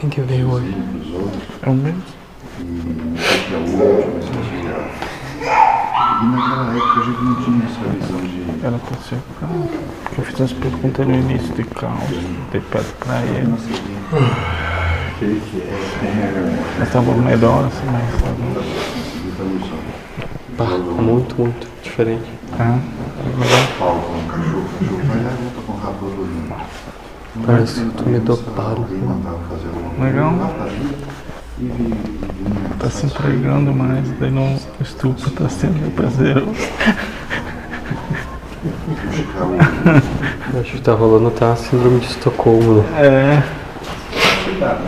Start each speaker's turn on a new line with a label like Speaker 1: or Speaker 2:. Speaker 1: Quem que veio hoje?
Speaker 2: É o mesmo?
Speaker 3: E naquela época a gente não tinha essa visão de.
Speaker 2: Ela consegue calma. Eu fiz umas perguntas no início de calma. Dei pra, pra ela.
Speaker 3: Nossa, que, que é,
Speaker 2: Ela tava melhor assim, mas. ela não-
Speaker 3: é evolução.
Speaker 1: Pá, muito, muito diferente.
Speaker 2: Ah, melhor.
Speaker 3: Pau com o cachorro, o cachorro vai lá e volta com um o rabo olhando.
Speaker 1: Parece que eu tô me dopado.
Speaker 3: assim, Alguém mandava fazer alguma coisa.
Speaker 2: Legal.
Speaker 3: lá pra ali E vi- e vinha.
Speaker 2: Tá se entregando mais, daí não. O estupro tá sendo prazeroso.
Speaker 3: Puxar o.
Speaker 1: tá Acho que tá rolando até uma síndrome de Estocolmo, né?
Speaker 2: É.
Speaker 3: Cuidado.